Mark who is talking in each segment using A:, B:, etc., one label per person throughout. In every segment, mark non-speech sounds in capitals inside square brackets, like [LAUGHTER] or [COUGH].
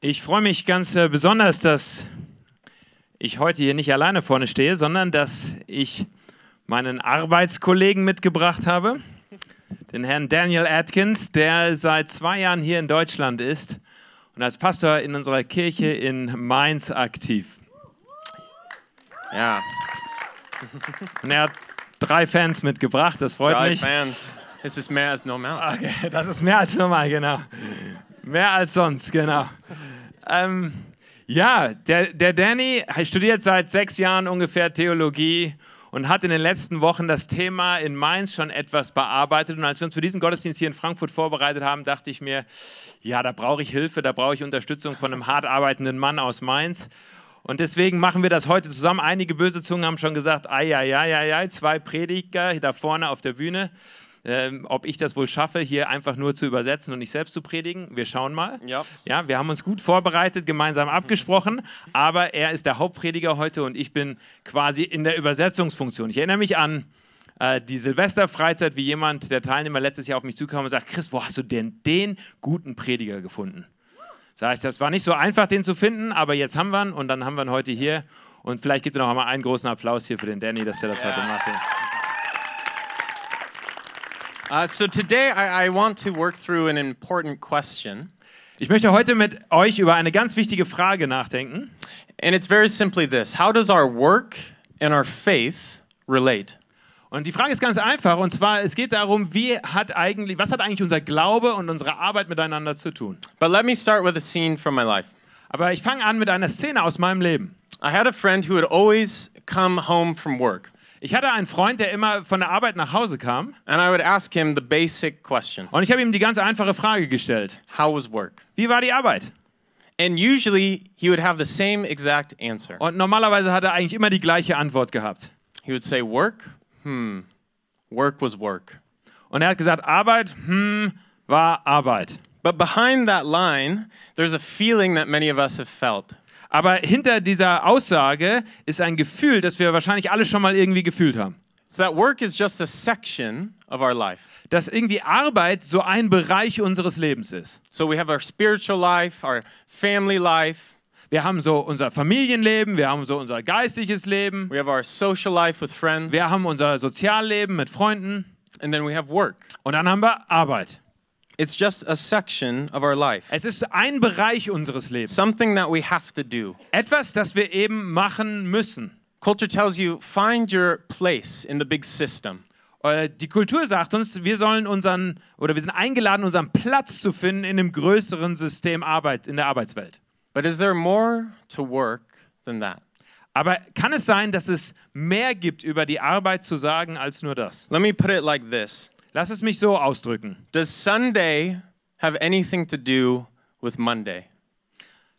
A: Ich freue mich ganz äh, besonders, dass ich heute hier nicht alleine vorne stehe, sondern dass ich meinen Arbeitskollegen mitgebracht habe, den Herrn Daniel Atkins, der seit zwei Jahren hier in Deutschland ist und als Pastor in unserer Kirche in Mainz aktiv. Ja. Und er hat drei Fans mitgebracht, das freut
B: Drei
A: mich.
B: Fans. Es ist mehr als normal.
A: Okay, das ist mehr als normal, genau. Mehr als sonst, genau. Ähm, ja, der, der Danny studiert seit sechs Jahren ungefähr Theologie und hat in den letzten Wochen das Thema in Mainz schon etwas bearbeitet. Und als wir uns für diesen Gottesdienst hier in Frankfurt vorbereitet haben, dachte ich mir, ja, da brauche ich Hilfe, da brauche ich Unterstützung von einem hart arbeitenden Mann aus Mainz. Und deswegen machen wir das heute zusammen. Einige böse Zungen haben schon gesagt, ai, ai, ai, ai, ai, zwei Prediger da vorne auf der Bühne. Ähm, ob ich das wohl schaffe, hier einfach nur zu übersetzen und nicht selbst zu predigen. Wir schauen mal.
B: Ja.
A: ja wir haben uns gut vorbereitet, gemeinsam abgesprochen, aber er ist der Hauptprediger heute und ich bin quasi in der Übersetzungsfunktion. Ich erinnere mich an äh, die Silvesterfreizeit, wie jemand der Teilnehmer letztes Jahr auf mich zukam und sagt, Chris, wo hast du denn den guten Prediger gefunden? Sag ich, das war nicht so einfach, den zu finden, aber jetzt haben wir ihn und dann haben wir ihn heute hier. Und vielleicht gibt es noch einmal einen großen Applaus hier für den Danny, dass er das heute macht.
B: Uh, so today I, I want to work through an important question,
A: Ich möchte heute mit euch über eine ganz wichtige Frage nachdenken.
B: and it's very simply this: How does our work and our faith relate?
A: Und die Frage ist ganz einfach. Und zwar, es geht darum, wie hat eigentlich, was hat eigentlich unser Glaube und unsere Arbeit miteinander zu tun?
B: But let me start with a scene from my life.
A: Aber ich fange an mit einer Szene aus meinem Leben.
B: I had a friend who would always come home from work,
A: Ich hatte einen Freund, der immer von der Arbeit nach Hause kam.
B: and I would ask him the basic question:
A: Und ich habe ihm die ganz einfache Frage gestellt.
B: How was work?
A: Wie war die Arbeit?
B: And usually he would have the same exact answer.
A: Und normalerweise hat er eigentlich immer die gleiche Antwort gehabt.
B: He would say, "Work? Hmm. Work was work."
A: Und er hat gesagt, Arbeit, hm, war Arbeit.
B: But behind that line, there's a feeling that many of us have felt.
A: Aber hinter dieser Aussage ist ein Gefühl, das wir wahrscheinlich alle schon mal irgendwie gefühlt haben.
B: It's that work is just a section of our life.
A: dass irgendwie Arbeit so ein Bereich unseres Lebens ist.
B: So we have our spiritual life, our family life,
A: Wir haben so unser Familienleben, wir haben so unser geistliches Leben,
B: we have our social life with friends,
A: wir haben unser Sozialleben mit Freunden
B: and then we have work.
A: und dann haben wir Arbeit.
B: It's just a section of our life.
A: Es ist ein Bereich unseres Lebens.
B: Something that we have to do.
A: Etwas, das wir eben machen müssen.
B: Culture tells you find your place in the big system.
A: Äh, Die Kultur sagt uns, wir sollen unseren oder wir sind eingeladen, unseren Platz zu finden in dem größeren System Arbeit, in der Arbeitswelt.
B: But is there more to work than that?
A: Aber kann es sein, dass es mehr gibt über die Arbeit zu sagen als nur das?
B: Let me put it like this
A: Lass es mich so ausdrücken.
B: Does Sunday have anything to do with Monday?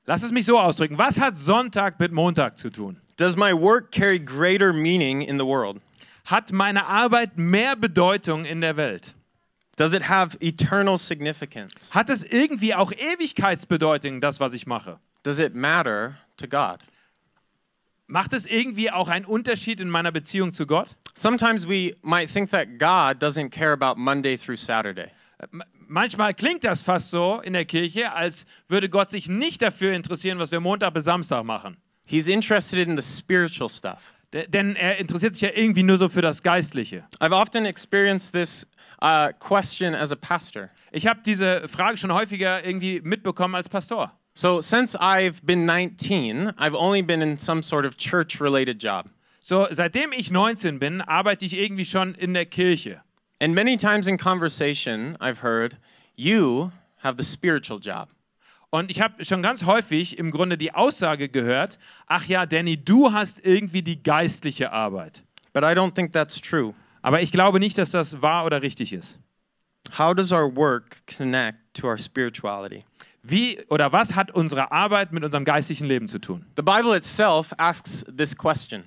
A: Lass es mich so ausdrücken. Was hat Sonntag mit Montag zu tun?
B: Does my work carry greater meaning in the world?
A: Hat meine Arbeit mehr Bedeutung in der Welt?
B: Does it have eternal significance?
A: Hat es irgendwie auch Ewigkeitsbedeutung, das, was ich mache?
B: Does it matter to God?
A: Macht es irgendwie auch einen Unterschied in meiner Beziehung zu Gott?
B: Sometimes we might think that God doesn't care about Monday through Saturday.
A: Manchmal klingt das fast so in der Kirche, als würde Gott sich nicht dafür interessieren, was wir Montag bis Samstag machen.
B: He's interested in the spiritual stuff.
A: De- denn er interessiert sich ja irgendwie nur so für das Geistliche.
B: I've often experienced this uh, question as a pastor.
A: Ich habe diese Frage schon häufiger irgendwie mitbekommen als Pastor.
B: So, since I've been 19, I've only been in some sort of church related job.
A: So, seitdem ich 19 bin, arbeite ich irgendwie schon in der Kirche.
B: And many times in conversation, I've heard, you have the spiritual job.
A: Und ich habe schon ganz häufig im Grunde die Aussage gehört, ach ja, Danny, du hast irgendwie die geistliche Arbeit.
B: But I don't think that's true.
A: Aber ich glaube nicht, dass das wahr oder richtig ist.
B: How does our work connect to our spirituality?
A: Wie oder was hat unsere Arbeit mit unserem geistlichen Leben zu tun?
B: The Bible itself asks this question.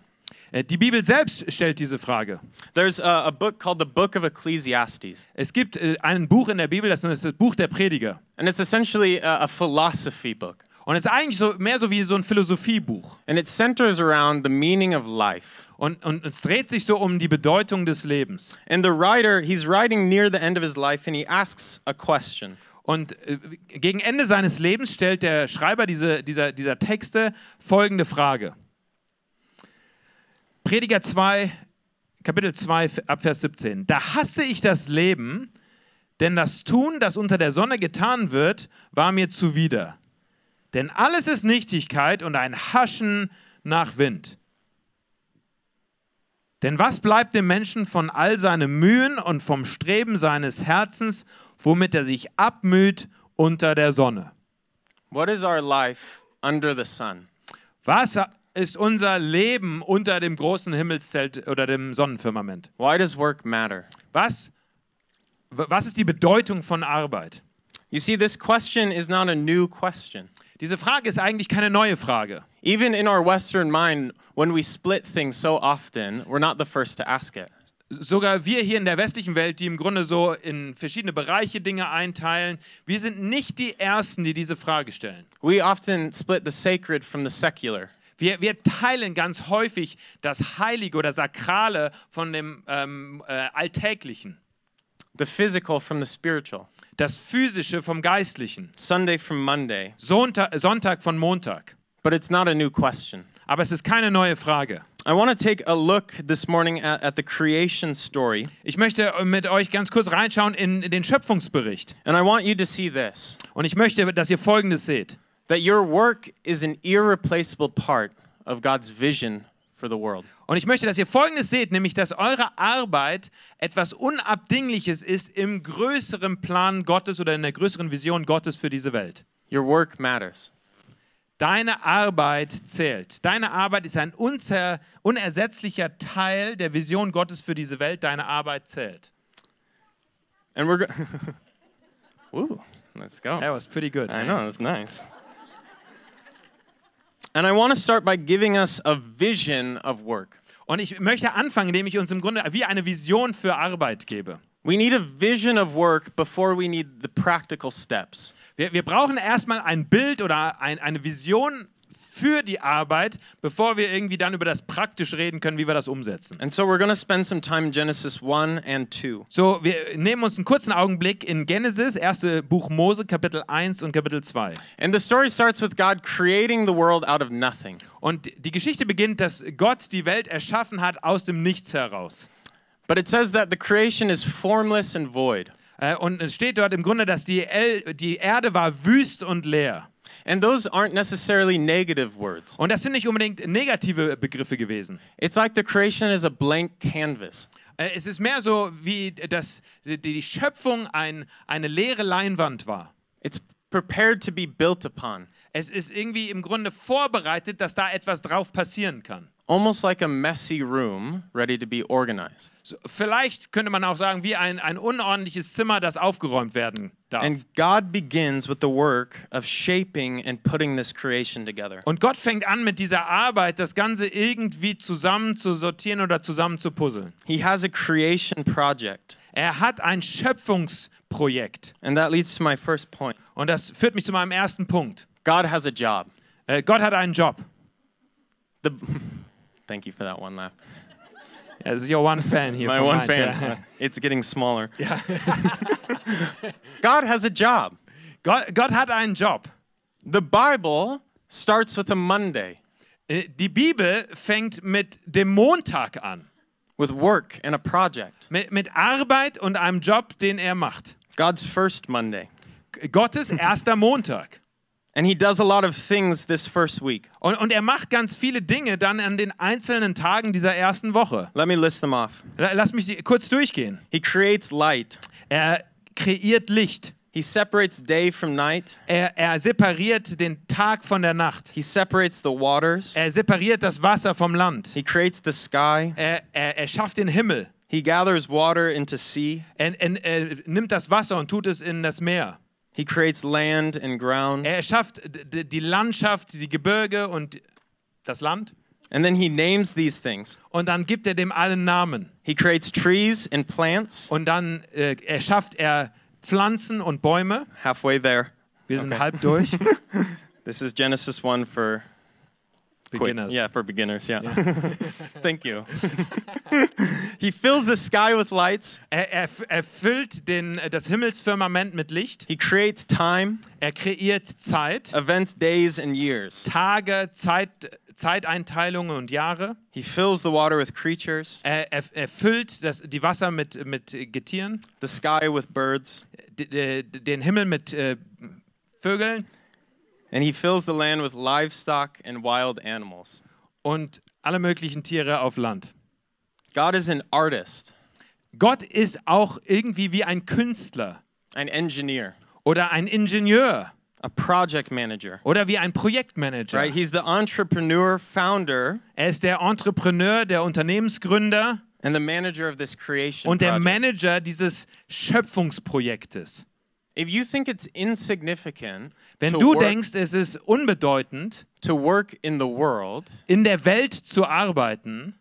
A: Äh, Die Bibel selbst stellt diese Frage.
B: There's a, a book called the Book of Ecclesiastes,
A: Es gibt äh, ein Buch in der Bibel, das ist das Buch der Prediger.
B: and it's essentially a, a philosophy book,
A: Und es ist eigentlich so, mehr so wie so ein Philosophiebuch.
B: and it centers around the meaning of life.
A: Und, und es dreht sich so um die Bedeutung des Lebens.
B: And the writer, he's writing near the end of his life, and he asks a question.
A: Und äh, gegen Ende seines Lebens stellt der Schreiber diese, dieser, dieser Texte folgende Frage. Prediger 2, Kapitel 2, ab Vers 17. Da hasste ich das Leben, denn das Tun, das unter der Sonne getan wird, war mir zuwider. Denn alles ist Nichtigkeit und ein Haschen nach Wind. Denn was bleibt dem Menschen von all seinen Mühen und vom Streben seines Herzens, womit er sich abmüht unter der Sonne?
B: What is our life under the sun?
A: Was ist unser Leben unter dem großen Himmelszelt oder dem Sonnenfirmament?
B: Why does work matter?
A: Was, w- was ist die Bedeutung von Arbeit?
B: You see, this question is not a new question.
A: Diese Frage ist eigentlich keine neue Frage.
B: Even in our Western mind, when we split things so often, we're not the first to ask it.
A: Sogar wir hier in der westlichen Welt, die im Grunde so in verschiedene Bereiche Dinge einteilen, wir sind nicht die Ersten, die diese Frage stellen.
B: We often split the sacred from the secular.
A: Wir, wir teilen ganz häufig das Heilige oder Sakrale von dem ähm, äh, Alltäglichen,
B: the physical from the spiritual,
A: das Physische vom Geistlichen,
B: Sunday from Monday.
A: Sonntag, Sonntag von Montag.
B: But it's not a new question.
A: Aber es ist keine neue Frage.
B: I want to take a look this morning at, at the creation story,
A: Ich möchte mit euch ganz kurz reinschauen in in den Schöpfungsbericht.
B: and I want you to see this
A: Und ich möchte, dass ihr Folgendes seht.
B: that your work is an irreplaceable part of God's vision for the world.
A: Und ich möchte, dass ihr Folgendes seht, nämlich, dass eure Arbeit etwas Unabdingliches ist im größeren Plan Gottes oder in der größeren Vision Gottes für diese Welt.
B: Your work matters.
A: Deine Arbeit zählt. Deine Arbeit ist ein unzer, unersetzlicher Teil der Vision Gottes für diese Welt. Deine Arbeit zählt.
B: And we're going. [LAUGHS] Ooh, let's go.
A: That was pretty good.
B: I know, it was nice. And I want to start by giving us a vision of work.
A: Und ich möchte anfangen, indem ich uns im Grunde wie eine Vision für Arbeit gebe.
B: We need a vision of work before we need the practical steps.
A: Wir, wir brauchen erstmal ein Bild oder ein, eine Vision für die Arbeit, bevor wir irgendwie dann über das praktisch reden können, wie wir das umsetzen.
B: And so we're going to spend some time in Genesis 1 and 2.
A: So, wir nehmen uns einen kurzen Augenblick in Genesis, erste Buch Mose, Kapitel 1 und Kapitel 2.
B: And the story starts with God creating the world out of nothing.
A: Und die Geschichte beginnt, dass Gott die Welt erschaffen hat aus dem Nichts heraus.
B: But it says that the creation is formless and void.
A: Äh, Und es steht dort im Grunde, dass die, El die Erde war wüst und leer.
B: And those aren't necessarily negative words.
A: Und das sind nicht unbedingt negative Begriffe gewesen.
B: It's like the creation is a blank canvas.
A: Äh, Es ist mehr so, wie dass die- die Schöpfung ein, eine leere Leinwand war.
B: It's prepared to be built upon,
A: Es ist irgendwie im Grunde vorbereitet, dass da etwas drauf passieren kann.
B: almost like a messy room ready to be organized.
A: So, vielleicht könnte man auch sagen, wie ein, ein unordentliches Zimmer, das aufgeräumt werden darf.
B: And God begins with the work of shaping and putting this creation together.
A: Und Gott fängt an mit dieser Arbeit, das Ganze irgendwie zusammen zu sortieren oder zusammen zu puzzeln.
B: He has a creation project.
A: Er hat ein Schöpfungsprojekt.
B: And that leads to my first point
A: Und das führt mich zu meinem ersten Punkt.
B: God has a job.
A: Äh, Gott hat einen Job.
B: The thank you for that one laugh.
A: Er ist your one fan hier.
B: My
A: von
B: one
A: Mainz,
B: fan.
A: Ja.
B: [LAUGHS] It's getting smaller. Yeah. [LAUGHS] God has a job.
A: Gott, Gott hat einen Job.
B: The Bible starts with a Monday,
A: Äh, Die Bibel fängt mit dem Montag an.
B: with work and a project.
A: Mit, mit Arbeit und einem Job, den er macht.
B: God's first Monday.
A: G- Gottes erster Montag.
B: And he does a lot of things this first week.
A: Und, und er macht ganz viele Dinge dann an den einzelnen Tagen dieser ersten Woche.
B: Let me list them off.
A: La- Lass mich die kurz durchgehen.
B: He creates light.
A: Er kreiert Licht.
B: He separates day from night.
A: Er, er separiert den Tag von der Nacht.
B: He separates the waters.
A: Er separiert das Wasser vom Land.
B: He creates the sky.
A: Er, er, er schafft den Himmel.
B: He gathers water into sea.
A: Er, er, er nimmt das Wasser und tut es in das Meer.
B: He creates land and ground.
A: Er schafft d- d- die Landschaft, die Gebirge und das Land.
B: And then he names these things.
A: Und dann gibt er dem allen Namen.
B: He creates trees and plants.
A: Und dann äh, erschafft er Pflanzen und Bäume.
B: Halfway there.
A: Wir sind halb durch.
B: This is Genesis 1 for quick-
A: Beginners.
B: [LAUGHS] Yeah, for beginners. Yeah. Thank you. [LAUGHS] He fills the sky with lights.
A: Er, er, er füllt den, äh, das Himmelsfirmament mit Licht.
B: He creates time,
A: Er kreiert Zeit,
B: events, days, and years.
A: Tage, Zeit, Zeiteinteilungen und Jahre.
B: He fills the water with creatures,
A: Er, er, er füllt das, die Wasser mit, mit Getieren,
B: the sky with birds,
A: d, d, den Himmel mit äh, Vögeln
B: and he fills the land with livestock and wild animals.
A: und alle möglichen Tiere auf Land.
B: God is an artist,
A: Gott ist auch irgendwie wie ein Künstler
B: an engineer,
A: oder ein Ingenieur
B: a project manager.
A: oder wie ein Projektmanager.
B: Right? He's the entrepreneur, founder,
A: Er ist der Entrepreneur, der Unternehmensgründer
B: and the manager of this creation.
A: und der
B: project.
A: Manager dieses Schöpfungsprojektes.
B: If you think it's insignificant
A: Wenn
B: to,
A: du
B: work,
A: denkst, es ist unbedeutend,
B: to work in the world,
A: in der Welt zu arbeiten,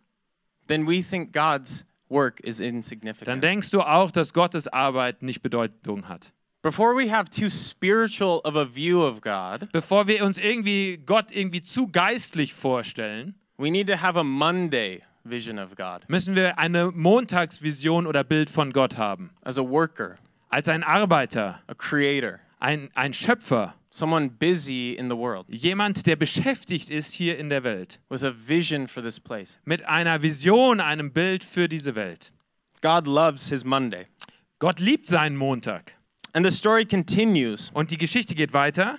B: then we think God's work is
A: dann
B: insignificant.
A: denkst du auch, dass Gottes Arbeit nicht Bedeutung hat.
B: Before we have too spiritual of a view of God,
A: Bevor wir uns irgendwie Gott irgendwie zu geistlich vorstellen,
B: we need to have a Monday vision of God
A: müssen wir eine Montagsvision oder Bild von Gott haben.
B: as a worker,
A: Als ein Arbeiter,
B: a creator,
A: ein, ein Schöpfer,
B: someone busy in the world
A: jemand, der beschäftigt ist hier in der Welt.
B: with a vision for this place.
A: Mit einer Vision, einem Bild für diese Welt.
B: God loves his Monday.
A: Gott liebt seinen Montag.
B: And the story continues,
A: Und die Geschichte geht weiter.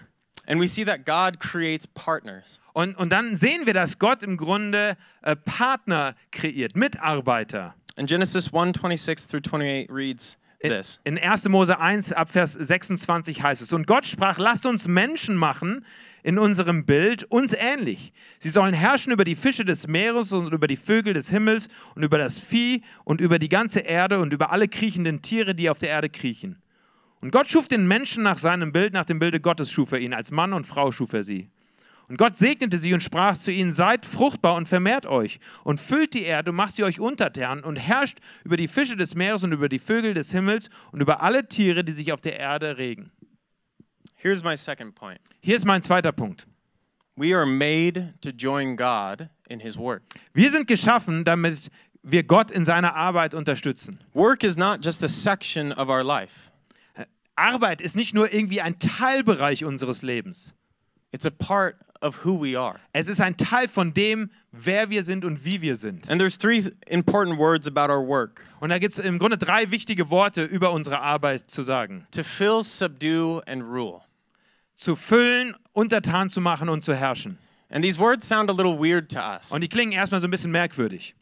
B: and we see that God creates partners.
A: Und, und dann sehen wir, dass Gott im Grunde äh, Partner kreiert, Mitarbeiter.
B: In Genesis 1 26 through 28 reads this.
A: In 1. Mose 1, Abvers 26 heißt es: Und Gott sprach: Lasst uns Menschen machen in unserem Bild, uns ähnlich. Sie sollen herrschen über die Fische des Meeres und über die Vögel des Himmels und über das Vieh und über die ganze Erde und über alle kriechenden Tiere, die auf der Erde kriechen. Und Gott schuf den Menschen nach seinem Bild, nach dem Bilde Gottes schuf er ihn, als Mann und Frau schuf er sie. Und Gott segnete sie und sprach zu ihnen: Seid fruchtbar und vermehrt euch und füllt die Erde und macht sie euch untertan und herrscht über die Fische des Meeres und über die Vögel des Himmels und über alle Tiere, die sich auf der Erde regen.
B: Here's my second point.
A: Hier ist mein zweiter Punkt.
B: We are made to join God in his work.
A: Wir sind geschaffen, damit wir Gott in seiner Arbeit unterstützen.
B: Work is not just a section of our life,
A: Arbeit ist nicht nur irgendwie ein Teilbereich unseres Lebens.
B: it's a part of who we are.
A: Es ist ein Teil von dem, wer wir sind und wie wir sind.
B: And there's three important words about our work
A: Und da gibt es im Grunde drei wichtige Worte über unsere Arbeit zu sagen.
B: to fill, subdue, and rule.
A: Zu füllen, untertan zu machen und zu herrschen.
B: And these words sound a little weird to us,
A: Und die klingen erstmal so ein bisschen merkwürdig.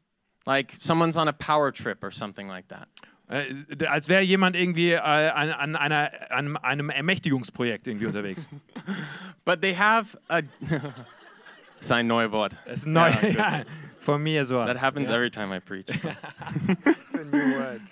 B: like someone's on a power trip or something like that.
A: Äh, als wäre jemand irgendwie äh, an, an, einer, an einem Ermächtigungsprojekt irgendwie unterwegs.
B: But they have a. [LAUGHS] Sein Neubot.
A: Das ist neu. [LAUGHS] Ja, von mir so.
B: That happens every time I preach.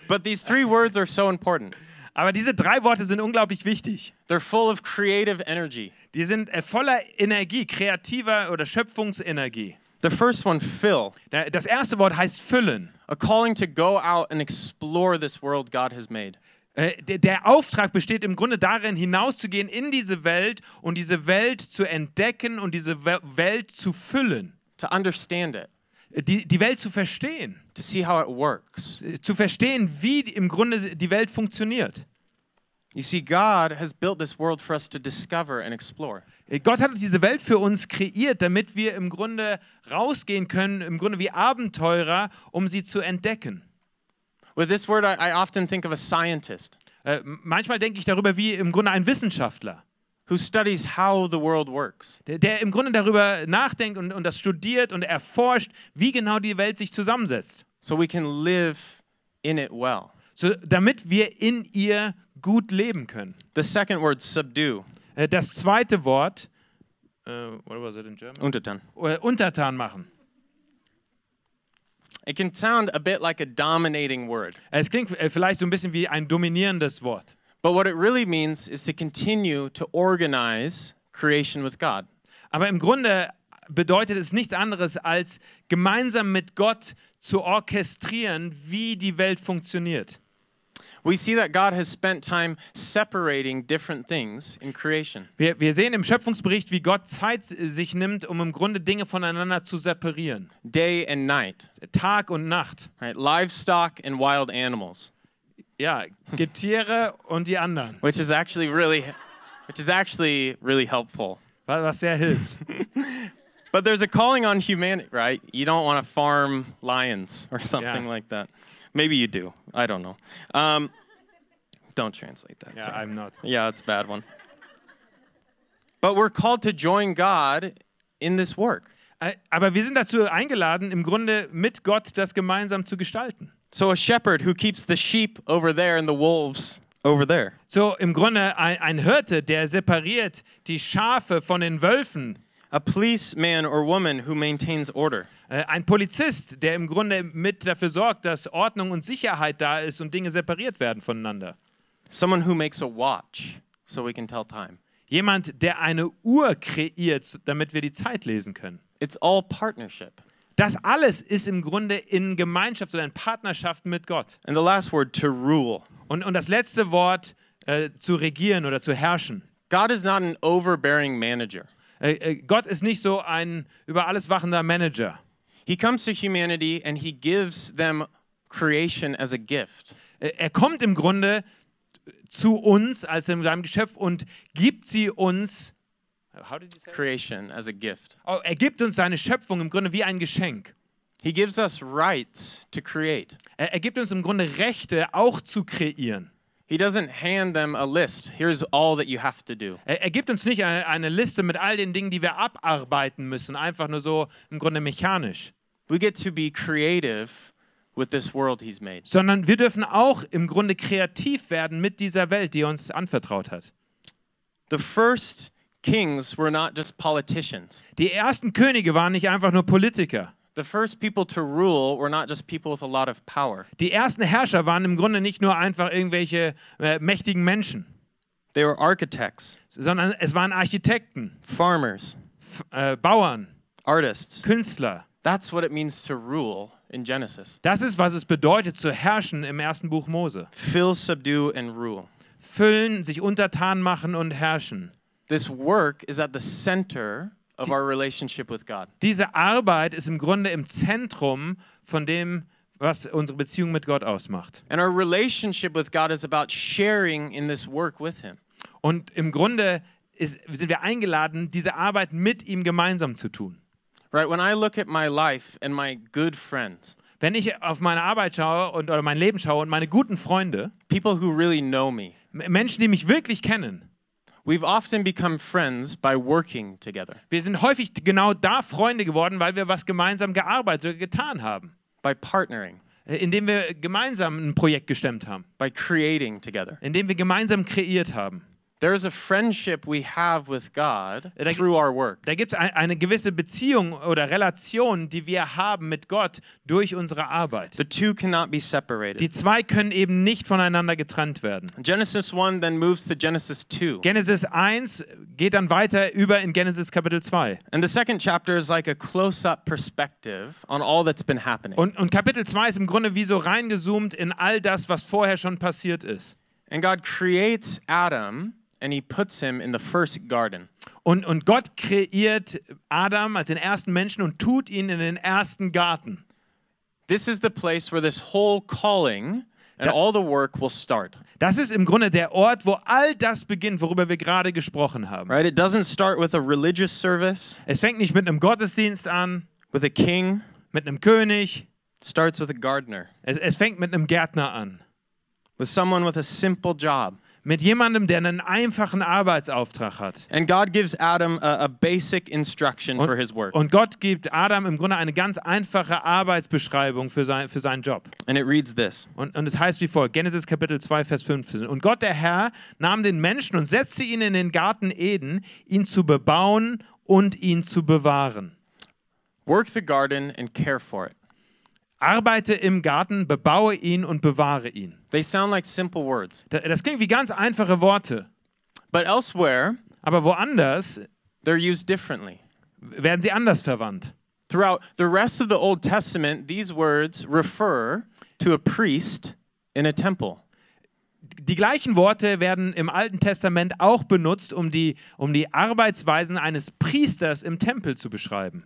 B: But these three words are so important.
A: Aber diese drei Worte sind unglaublich wichtig.
B: They're full of creative energy.
A: Die sind äh, voller Energie, kreativer oder Schöpfungsenergie.
B: The first one, fill,
A: Da- Das erste Wort heißt füllen.
B: a calling to go out and explore this world God has made.
A: Äh, der, der Auftrag besteht im Grunde darin, hinauszugehen in diese Welt und diese Welt zu entdecken und diese We Welt zu füllen,
B: to understand it,
A: Äh, die, die Welt zu verstehen,
B: to see how it works.
A: Äh, zu verstehen, wie die- im Grunde die Welt funktioniert.
B: You see, God has built this world for us to discover and explore.
A: Äh, Gott hat diese Welt für uns kreiert, damit wir im Grunde rausgehen können, im Grunde wie Abenteurer, um sie zu entdecken.
B: With this word, I, I often think of a scientist
A: Äh, m- manchmal denke ich darüber wie im Grunde ein Wissenschaftler,
B: who studies how the world works.
A: der, der im Grunde darüber nachdenkt und, und das studiert und erforscht, wie genau die Welt sich zusammensetzt.
B: So we can live in it well.
A: so, damit wir in ihr gut leben können.
B: The second word, subdue,
A: Äh, Das zweite Wort, äh, what was it in German?
B: untertan.
A: Äh, untertan machen.
B: It can sound a bit like a dominating word,
A: Äh, Es klingt äh, vielleicht so ein bisschen wie ein dominierendes Wort.
B: but what it really means is to continue to organize creation with God.
A: Aber im Grunde bedeutet es nichts anderes, als gemeinsam mit Gott zu orchestrieren, wie die Welt funktioniert.
B: We see that God has spent time separating different things in creation.
A: Wir, wir sehen im Schöpfungsbericht, wie Gott Zeit äh, sich nimmt, um im Grunde Dinge voneinander zu separieren.
B: Day and night,
A: Tag und Nacht.
B: right? Livestock and wild animals,
A: Ja, Getiere und die anderen,
B: which is actually really which is actually really helpful.
A: wa- was sehr hilft.
B: But there's a calling on humanity, right? You don't want to farm lions or something
A: Yeah.
B: like that. Maybe you do. I don't know. Um, don't translate that.
A: Ja,
B: sorry.
A: I'm not.
B: Yeah, that's a bad one. But we're called to join God in this work.
A: Äh, Aber wir sind dazu eingeladen, im Grunde mit Gott das gemeinsam zu gestalten.
B: So a shepherd who keeps the sheep over there and the wolves over there.
A: So im Grunde ein, ein Hirte, der separiert die Schafe von den Wölfen.
B: A policeman or woman who maintains order.
A: Äh, Ein Polizist, der im Grunde mit dafür sorgt, dass Ordnung und Sicherheit da ist und Dinge separiert werden voneinander.
B: Someone who makes a watch so we can tell time.
A: Jemand, der eine Uhr kreiert, damit wir die Zeit lesen können.
B: It's all partnership.
A: Das alles ist im Grunde in Gemeinschaft oder in Partnerschaft mit Gott.
B: And the last word, to rule.
A: Und, und das letzte Wort, äh, zu regieren oder zu herrschen.
B: God is not an overbearing manager.
A: Äh, äh, Gott ist nicht so ein über alles wachender Manager.
B: He comes to humanity and he gives them creation as a gift.
A: Äh, er kommt im Grunde zu uns als in seinem Geschöpf und gibt sie uns. How did you say?
B: Creation as a gift.
A: Oh, er gibt uns seine Schöpfung im Grunde wie ein Geschenk.
B: He gives us rights to create.
A: Er, er gibt uns im Grunde Rechte auch zu kreieren.
B: He doesn't hand them a list. Here's all that you have to do.
A: Er, er gibt uns nicht eine, eine Liste mit all den Dingen, die wir abarbeiten müssen, einfach nur so im Grunde mechanisch,
B: We get to be creative with this world he's made.
A: sondern wir dürfen auch im Grunde kreativ werden mit dieser Welt, die er uns anvertraut hat.
B: The first kings were not just politicians.
A: Die ersten Könige waren nicht einfach nur Politiker.
B: The first people to rule were not just people with a lot of power.
A: Die ersten Herrscher waren im Grunde nicht nur einfach irgendwelche äh, mächtigen Menschen,
B: They were architects,
A: sondern es waren Architekten,
B: farmers,
A: F äh, Bauern,
B: artists.
A: Künstler.
B: That's what it means to rule in Genesis.
A: Das ist, was es bedeutet, zu herrschen im ersten Buch Mose.
B: Fill, subdue, and rule.
A: Füllen, sich untertan machen und herrschen.
B: This work is at the center of our relationship with God.
A: Diese Arbeit ist im Grunde im Zentrum von dem, was unsere Beziehung mit Gott ausmacht.
B: And our relationship with God is about sharing in this work with Him.
A: Und im Grunde ist, sind wir eingeladen, diese Arbeit mit ihm gemeinsam zu tun.
B: Right? When I look at my life and my good friends,
A: Wenn ich auf meine Arbeit schaue und, oder mein Leben schaue und meine guten Freunde,
B: people who really know me,
A: M- Menschen, die mich wirklich kennen,
B: we've often become friends by working together,
A: wir sind häufig genau da Freunde geworden, weil wir was gemeinsam gearbeitet oder getan haben,
B: by partnering,
A: äh, indem wir gemeinsam ein Projekt gestemmt haben,
B: by creating together.
A: indem wir gemeinsam kreiert haben.
B: There's a friendship we have with God
A: I-
B: through our work.
A: Da gibt es eine gewisse Beziehung oder Relation, die wir haben mit Gott durch unsere Arbeit.
B: The two cannot be
A: Die
B: separated.
A: zwei können eben nicht voneinander getrennt werden.
B: Genesis 1 then moves to Genesis 2.
A: Genesis 1 geht dann weiter über in Genesis Kapitel 2.
B: And the second chapter is like a close up perspective on all that's been happening.
A: Und, und Kapitel 2 ist im Grunde wie so reingezoomt in all das, was vorher schon passiert ist.
B: And God creates Adam and he puts him in the first garden.
A: Und, und Gott kreiert Adam als den ersten Menschen und tut ihn in den ersten Garten.
B: This is the place where this whole calling and all the work will start.
A: Das ist im Grunde der Ort, wo all das beginnt, worüber wir gerade gesprochen haben.
B: Right? It doesn't start with a religious service,
A: Es fängt nicht mit einem Gottesdienst an,
B: with a king,
A: mit einem König.
B: It starts with a gardener,
A: Es, es fängt mit einem Gärtner an.
B: with someone with a simple job.
A: Mit jemandem, der einen einfachen Arbeitsauftrag hat.
B: And God gives Adam a, a basic instruction for his work,
A: Und Gott gibt Adam im Grunde eine ganz einfache Arbeitsbeschreibung für, sein, für seinen Job.
B: and it reads this.
A: Und, und es heißt wie folgt, Genesis Kapitel 2, Vers 15. Und Gott der Herr nahm den Menschen und setzte ihn in den Garten Eden, ihn zu bebauen und ihn zu bewahren.
B: Work the garden and care for it.
A: Arbeite im Garten, bebaue ihn und bewahre ihn.
B: They sound like simple words.
A: Da- Das klingt wie ganz einfache Worte,
B: But elsewhere,
A: aber woanders
B: they're used differently.
A: werden sie anders verwandt.
B: Throughout the rest of the Old Testament, these words refer to a priest in a temple.
A: die gleichen Worte werden im Alten Testament auch benutzt, um die, um die Arbeitsweisen eines Priesters im Tempel zu beschreiben.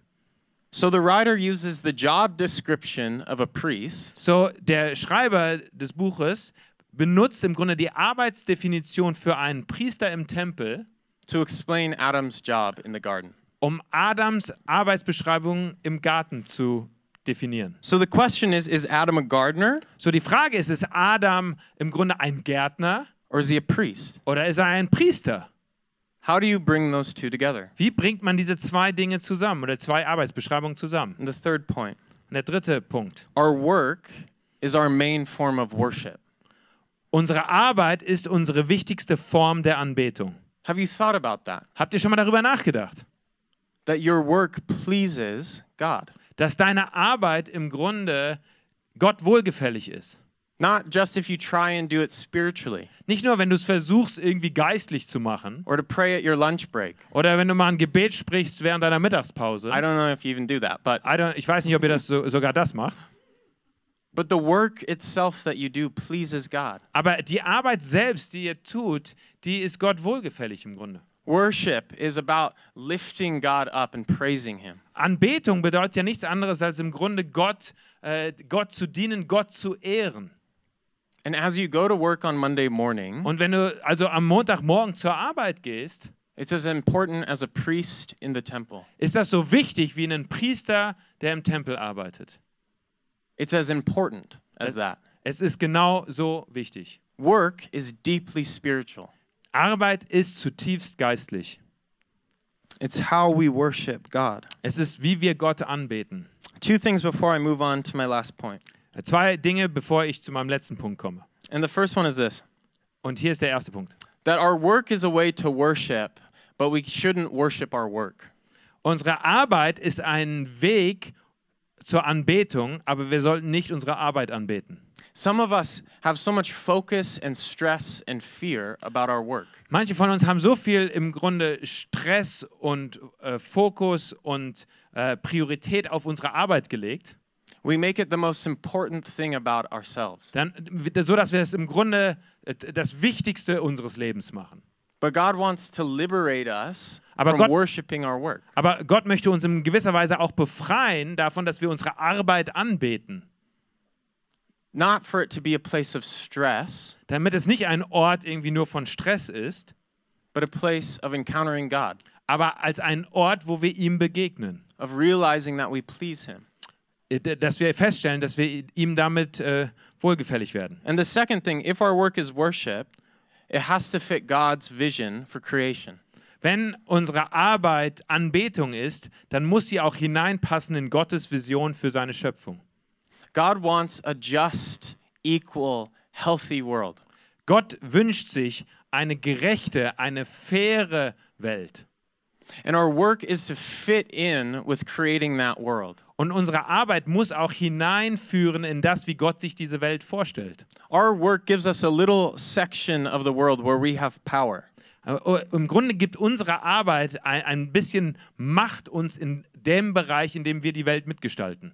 B: So the writer uses the job description of a priest
A: So, der Schreiber des Buches benutzt im Grunde die Arbeitsdefinition für einen Priester im Tempel,
B: to explain Adam's job in the garden.
A: um Adams Arbeitsbeschreibung im Garten zu definieren.
B: So the question is is Adam a gardener
A: So, die Frage ist, ist Adam im Grunde ein Gärtner
B: or is he a priest?
A: oder ist er ein Priester?
B: How do you bring those two together?
A: Wie bringt man diese zwei Dinge zusammen oder zwei Arbeitsbeschreibungen zusammen?
B: And the third point
A: Und der dritte Punkt.
B: our work is our main form of worship.
A: Unsere Arbeit ist unsere wichtigste Form der Anbetung.
B: Have you thought about that?
A: Habt ihr schon mal darüber nachgedacht?
B: That your work pleases God,
A: Dass deine Arbeit im Grunde Gott wohlgefällig ist.
B: not just if you try and do it spiritually
A: Nicht nur, wenn du es versuchst, irgendwie geistlich zu machen
B: or to pray at your lunch break.
A: oder wenn du mal ein Gebet sprichst während deiner Mittagspause.
B: I don't know if you even do that, but
A: I don't, ich weiß nicht, ob ihr das so, sogar das macht.
B: but the work itself that you do pleases God.
A: Aber die Arbeit selbst, die ihr tut, die ist Gott wohlgefällig im Grunde.
B: Worship is about lifting God up and praising him.
A: Anbetung bedeutet ja nichts anderes als im Grunde Gott, äh, Gott zu dienen, Gott zu ehren.
B: And as you go to work on Monday morning,
A: Und wenn du also am Montagmorgen zur Arbeit gehst,
B: it's as important as a priest in the temple.
A: ist das so wichtig wie ein Priester, der im Tempel arbeitet.
B: It's as important as that.
A: Es ist genau so wichtig.
B: Work is deeply spiritual.
A: Arbeit ist zutiefst geistlich.
B: It's how we worship God.
A: Es ist, wie wir Gott anbeten.
B: Two things before I move on to my last point.
A: Zwei Dinge, bevor ich zu meinem letzten Punkt komme.
B: And the first one is this
A: Und hier ist der erste Punkt.
B: that our work is a way to worship, but we shouldn't worship our work.
A: Unsere Arbeit ist ein Weg zur Anbetung, aber wir sollten nicht unsere Arbeit anbeten.
B: Some of us have so much focus and stress and fear about our work.
A: Manche von uns haben so viel im Grunde Stress und äh, Fokus und äh, Priorität auf unsere Arbeit gelegt,
B: We make it the most important thing about ourselves.
A: dann, so dass wir es im Grunde äh, das Wichtigste unseres Lebens machen.
B: But God wants to liberate us
A: Aber
B: from
A: Gott-
B: worshiping our work.
A: Aber Gott möchte uns in gewisser Weise auch befreien davon, dass wir unsere Arbeit anbeten,
B: Not for it to be a place of stress,
A: damit es nicht ein Ort irgendwie nur von Stress ist,
B: but a place of encountering God,
A: aber als ein Ort, wo wir ihm begegnen,
B: of realizing that we please Him.
A: Äh, d- dass wir feststellen, dass wir ihm damit äh, wohlgefällig werden.
B: And the second thing, if our work is worship, it has to fit God's vision for creation.
A: Wenn unsere Arbeit Anbetung ist, dann muss sie auch hineinpassen in Gottes Vision für seine Schöpfung.
B: God wants a just, equal, healthy world.
A: Gott wünscht sich eine gerechte, eine faire Welt.
B: And our work is to fit in with creating that world.
A: Und unsere Arbeit muss auch hineinführen in das, wie Gott sich diese Welt vorstellt.
B: Our work gives us a little section of the world where we have power.
A: Aber oh, Im Grunde gibt unsere Arbeit ein, ein bisschen Macht uns in dem Bereich, in dem wir die Welt mitgestalten.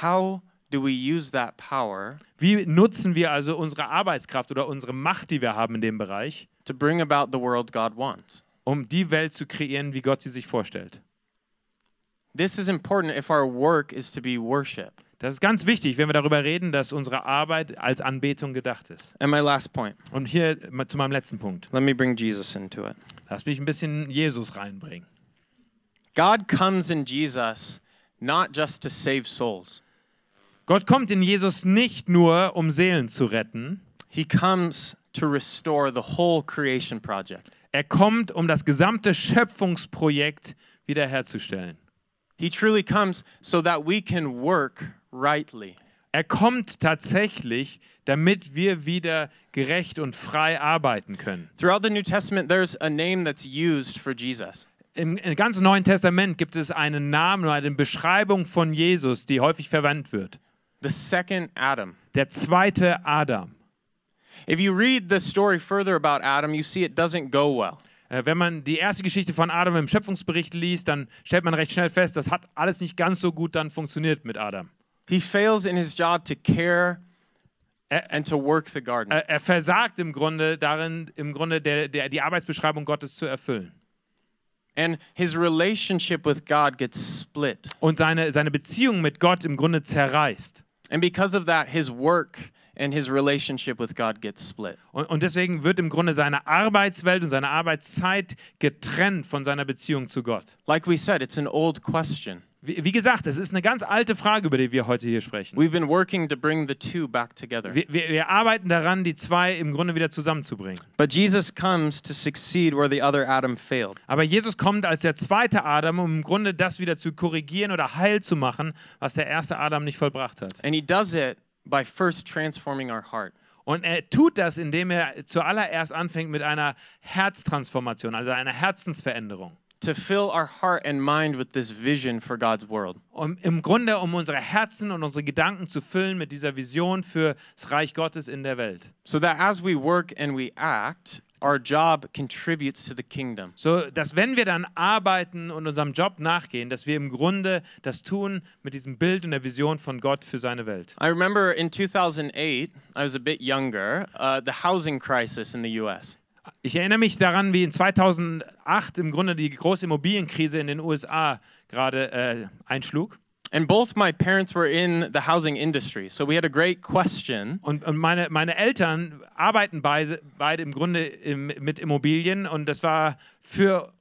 B: How do we use that power
A: Wie nutzen wir also unsere Arbeitskraft oder unsere Macht, die wir haben in dem Bereich,
B: to bring about the world God wants?
A: um die Welt zu kreieren, wie Gott sie sich vorstellt?
B: This is important if our work is to be worship.
A: Das ist ganz wichtig, wenn wir darüber reden, dass unsere Arbeit als Anbetung gedacht ist.
B: And my last point,
A: Und hier mal zu meinem letzten Punkt.
B: let me bring Jesus into it.
A: Lass mich ein bisschen Jesus reinbringen.
B: God comes in Jesus not just to save souls,
A: Gott kommt in Jesus nicht nur, um Seelen zu retten.
B: He comes to restore the whole creation project.
A: Er kommt, um das gesamte Schöpfungsprojekt wiederherzustellen.
B: He truly comes so that we can work rightly.
A: Er kommt tatsächlich, damit wir wieder gerecht und frei arbeiten können.
B: Throughout the New Testament, there's a name that's used for Jesus.
A: Im, Im ganzen Neuen Testament gibt es einen Namen oder eine Beschreibung von Jesus, die häufig verwandt wird.
B: the second Adam.
A: Der zweite Adam.
B: If you read the story further about Adam, you see it doesn't go well.
A: Äh, Wenn man die erste Geschichte von Adam im Schöpfungsbericht liest, dann stellt man recht schnell fest, das hat alles nicht ganz so gut dann funktioniert mit Adam.
B: He fails in his job to care and to work the garden.
A: Äh, Er, er versagt im Grunde darin, im Grunde der, der, die Arbeitsbeschreibung Gottes zu erfüllen.
B: and his relationship with God gets split.
A: Und seine, seine Beziehung mit Gott im Grunde zerreißt.
B: And because of that, his work and his relationship with God gets split.
A: Und, und deswegen wird im Grunde seine Arbeitswelt und seine Arbeitszeit getrennt von seiner Beziehung zu Gott.
B: Like we said, it's an old question.
A: Wie, wie gesagt, es ist eine ganz alte Frage, über die wir heute hier sprechen.
B: We've been working to bring the two back together.
A: Wir, wir, wir arbeiten daran, die zwei im Grunde wieder zusammenzubringen.
B: But Jesus comes to succeed where the other Adam failed.
A: Aber Jesus kommt als der zweite Adam, um im Grunde das wieder zu korrigieren oder heil zu machen, was der erste Adam nicht vollbracht hat.
B: And he does it by first transforming our heart.
A: Und er tut das, indem er zuallererst anfängt mit einer Herztransformation, also einer Herzensveränderung.
B: To fill our heart and mind with this vision for God's world.
A: Um, Im Grunde, um unsere Herzen und unsere Gedanken zu füllen mit dieser Vision für das Reich Gottes in der Welt.
B: So that as we work and we act, our job contributes to the kingdom.
A: So, dass wenn wir dann arbeiten und unserem Job nachgehen, dass wir im Grunde das tun mit diesem Bild und der Vision von Gott für seine Welt.
B: I remember in 2008, I was a bit younger, uh, the housing crisis in the US.
A: Ich erinnere mich daran, wie in 2008 im Grunde die große Immobilienkrise in den USA gerade äh, einschlug.
B: And both my parents were in the housing industry. So we had a great question
A: Und, und meine, meine Eltern arbeiten beise- beide im Grunde im, mit Immobilien und das war für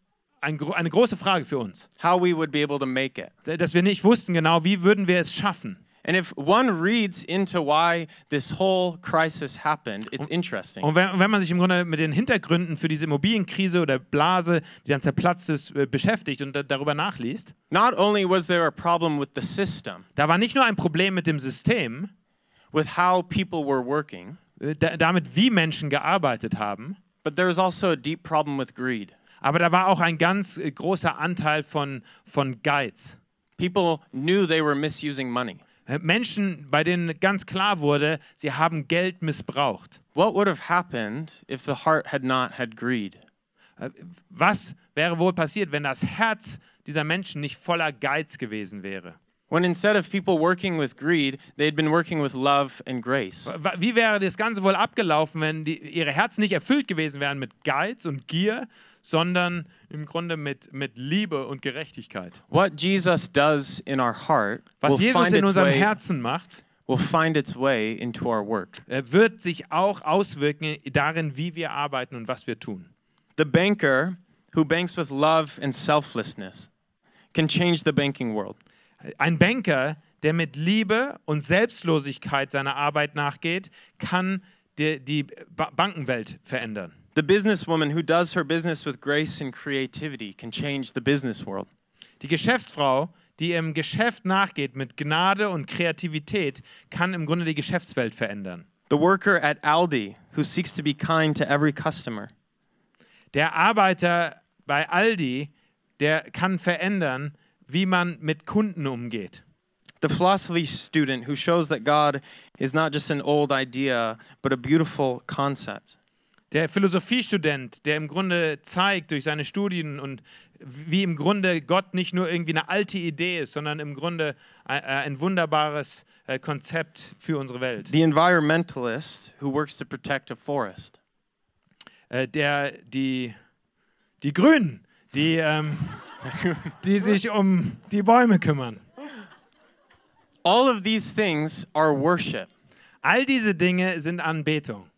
A: ein, gro- eine große Frage für uns,
B: how we would be able to make it.
A: d- dass wir nicht wussten genau, wie würden wir es schaffen.
B: And if one reads into why this whole crisis happened, it's interesting.
A: Und wenn, wenn man sich im Grunde mit den Hintergründen für diese Immobilienkrise oder Blase, die dann zerplatzt ist, äh, beschäftigt und da, darüber nachliest,
B: Not only was there a problem with the system,
A: da war nicht nur ein Problem mit dem System,
B: with how people were working,
A: äh, da, damit wie Menschen gearbeitet haben,
B: but there was also a deep problem with greed.
A: aber da war auch ein ganz äh, großer Anteil von, von Geiz. Äh,
B: People knew they were misusing money.
A: Menschen, bei denen ganz klar wurde, sie haben Geld missbraucht.
B: What would have happened if the heart had not had greed?
A: Was wäre wohl passiert, wenn das Herz dieser Menschen nicht voller Geiz gewesen wäre?
B: When instead of people working with greed, they'd been working with love and grace.
A: Wa- Wie wäre das Ganze wohl abgelaufen, wenn die, ihre Herzen nicht erfüllt gewesen wären mit Geiz und Gier, sondern im Grunde mit, mit Liebe und Gerechtigkeit?
B: What Jesus does in our heart
A: Was
B: will,
A: Jesus
B: find
A: in
B: its
A: unserem
B: way,
A: Herzen macht,
B: will find its way into our work.
A: äh, wird sich auch auswirken darin, wie wir arbeiten und was wir tun.
B: The banker who banks with love and selflessness can change the banking world.
A: Ein Banker, der mit Liebe und Selbstlosigkeit seiner Arbeit nachgeht, kann die, die Ba- Bankenwelt verändern.
B: The businesswoman who does her business with grace and creativity can change the business world.
A: Die Geschäftsfrau, die im Geschäft nachgeht mit Gnade und Kreativität, kann im Grunde die Geschäftswelt verändern.
B: The worker at Aldi who seeks to be kind to every customer.
A: Der Arbeiter bei Aldi, der kann verändern, wie man mit Kunden umgeht.
B: The philosophy student who shows that God is not just an old idea, but a beautiful concept.
A: Der Philosophiestudent, der im Grunde zeigt durch seine Studien und wie im Grunde Gott nicht nur irgendwie eine alte Idee ist, sondern im Grunde ein, äh, ein wunderbares äh, Konzept für unsere Welt.
B: The environmentalist who works to protect a forest.
A: Äh, der, die, die Grünen, die, ähm, die sich um die Bäume kümmern.
B: All of these things are worship.
A: All diese Dinge sind Anbetung.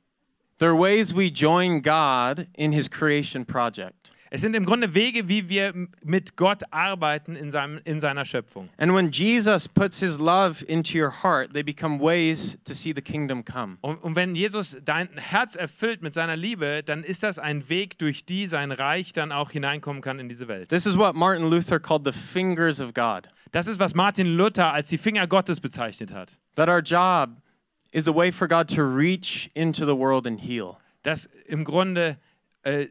B: They're ways we join God in his creation project.
A: Es sind im Grunde Wege, wie wir m- mit Gott arbeiten in, seinem, in seiner Schöpfung.
B: And when Jesus puts his love into your heart, they become ways to see the kingdom come.
A: Und, und wenn Jesus dein Herz erfüllt mit seiner Liebe, dann ist das ein Weg, durch die sein Reich dann auch hineinkommen kann in diese Welt.
B: This is what Martin Luther called the fingers of God.
A: Das ist, was Martin Luther als die Finger Gottes bezeichnet hat.
B: That our job is a way for God to reach into the world and heal.
A: Dass im Grunde, äh,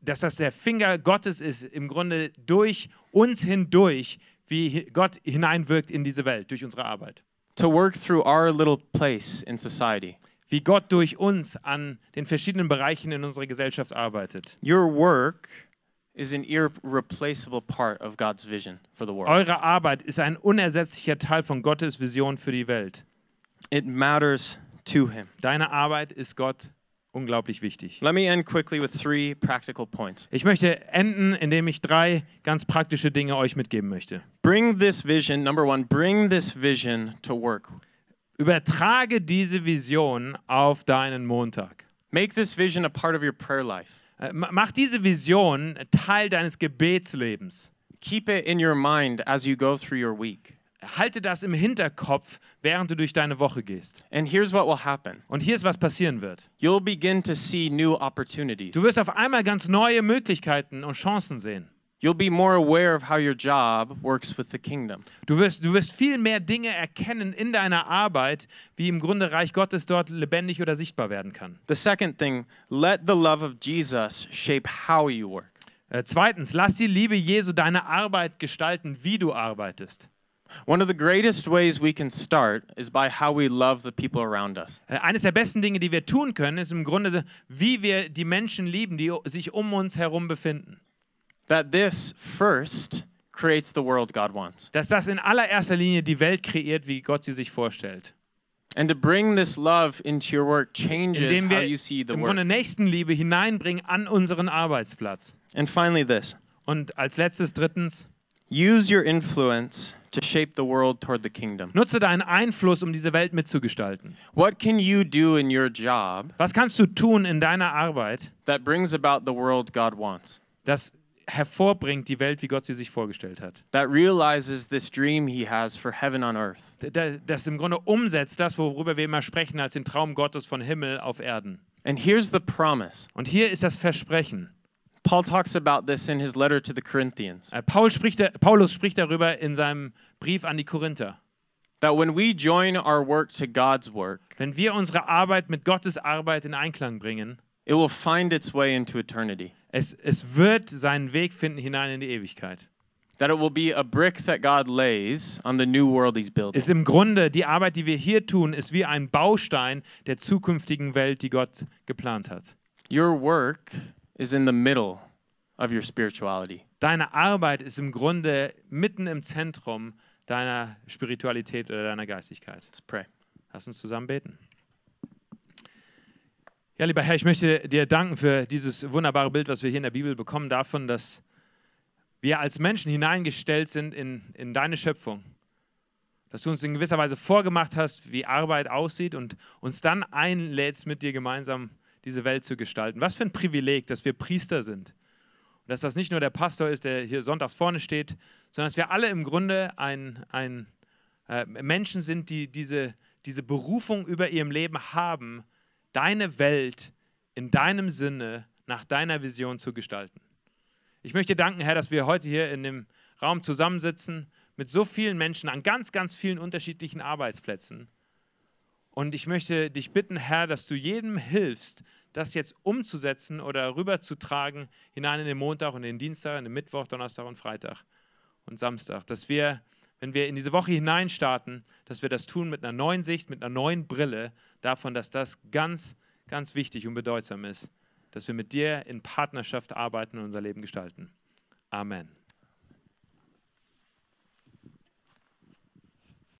A: dass das der Finger Gottes ist, im Grunde durch uns hindurch, wie hi- Gott hineinwirkt in diese Welt, durch unsere Arbeit.
B: to work through our little place in society.
A: Wie Gott durch uns an den verschiedenen Bereichen in unserer Gesellschaft arbeitet.
B: Your work is an irreplaceable part of God's vision for the world.
A: Eure Arbeit ist ein unersetzlicher Teil von Gottes Vision für die Welt.
B: It matters to Him.
A: Deine Arbeit ist Gott unglaublich wichtig.
B: Let me end quickly with three practical points.
A: Ich möchte enden, indem ich drei ganz praktische Dinge euch mitgeben möchte.
B: Bring this vision, number one, bring this vision to work.
A: Übertrage diese Vision auf deinen Montag.
B: Make this vision a part of your prayer life.
A: Äh, ma- Mach diese Vision Teil deines Gebetslebens.
B: Keep it in your mind as you go through your week.
A: Halte das im Hinterkopf, während du durch deine Woche gehst.
B: And here's what will happen
A: Und hier ist, was passieren wird.
B: you'll begin to see new opportunities.
A: Du wirst auf einmal ganz neue Möglichkeiten und Chancen sehen.
B: You'll be more aware of how your job works with the kingdom.
A: Du wirst, du wirst viel mehr Dinge erkennen in deiner Arbeit, wie im Grunde Reich Gottes dort lebendig oder sichtbar werden kann.
B: The second thing, let the love of Jesus shape how you work.
A: Äh, zweitens, lass die Liebe Jesu deine Arbeit gestalten, wie du arbeitest.
B: One of the greatest ways we can start is by how we love the people around us.
A: Äh, eines der besten Dinge, die wir tun können, ist im Grunde, wie wir die Menschen lieben, die o- sich um uns herum befinden.
B: That this first creates the world God wants.
A: Dass das in allererster Linie die Welt kreiert, wie Gott sie sich vorstellt.
B: And to bring this love into your work changes
A: Indem
B: how
A: wir
B: you see the
A: im
B: work.
A: Grunde Nächstenliebe hineinbringen an unseren Arbeitsplatz.
B: And finally, this
A: Und als letztes, drittens,
B: use your influence to shape the world toward the kingdom.
A: nutze deinen Einfluss, um diese Welt mitzugestalten.
B: What can you do in your job
A: Was kannst du tun in deiner Arbeit,
B: that brings about the world God wants,
A: das hervorbringt die Welt, wie Gott sie sich vorgestellt hat?
B: that realizes this dream He has for heaven on earth?
A: D- d- Das im Grunde umsetzt das, worüber wir immer sprechen, als den Traum Gottes von Himmel auf Erden.
B: And here's the promise
A: Und hier ist das Versprechen.
B: Paul talks about this in his letter to the Corinthians
A: Äh, Paul spricht, da- Paulus spricht darüber in seinem Brief an die Korinther.
B: that when we join our work to God's work,
A: Wenn wir unsere Arbeit mit Gottes Arbeit in Einklang bringen,
B: it will find its way into eternity.
A: es, es wird seinen Weg finden hinein in die Ewigkeit.
B: That it will be a brick that God lays on the new world He's building.
A: Ist im Grunde, die Arbeit, die wir hier tun, ist wie ein Baustein der zukünftigen Welt, die Gott geplant hat.
B: Your work is in the middle of your spirituality.
A: Deine Arbeit ist im Grunde mitten im Zentrum deiner Spiritualität oder deiner Geistigkeit.
B: Let's pray.
A: Lass uns zusammen beten. Ja, lieber Herr, ich möchte dir danken für dieses wunderbare Bild, was wir hier in der Bibel bekommen, davon, dass wir als Menschen hineingestellt sind in, in deine Schöpfung. Dass du uns in gewisser Weise vorgemacht hast, wie Arbeit aussieht und uns dann einlädst, mit dir gemeinsam diese Welt zu gestalten. Was für ein Privileg, dass wir Priester sind. Und dass das nicht nur der Pastor ist, der hier sonntags vorne steht, sondern dass wir alle im Grunde ein, ein, äh, Menschen sind, die diese, diese Berufung über ihrem Leben haben, deine Welt in deinem Sinne nach deiner Vision zu gestalten. Ich möchte danken, Herr, dass wir heute hier in dem Raum zusammensitzen mit so vielen Menschen an ganz, ganz vielen unterschiedlichen Arbeitsplätzen. Und ich möchte dich bitten, Herr, dass du jedem hilfst, das jetzt umzusetzen oder rüberzutragen hinein in den Montag und den Dienstag, in den Mittwoch, Donnerstag und Freitag und Samstag, dass wir, wenn wir in diese Woche hineinstarten, dass wir das tun mit einer neuen Sicht, mit einer neuen Brille davon, dass das ganz, ganz wichtig und bedeutsam ist, dass wir mit dir in Partnerschaft arbeiten und unser Leben gestalten. Amen.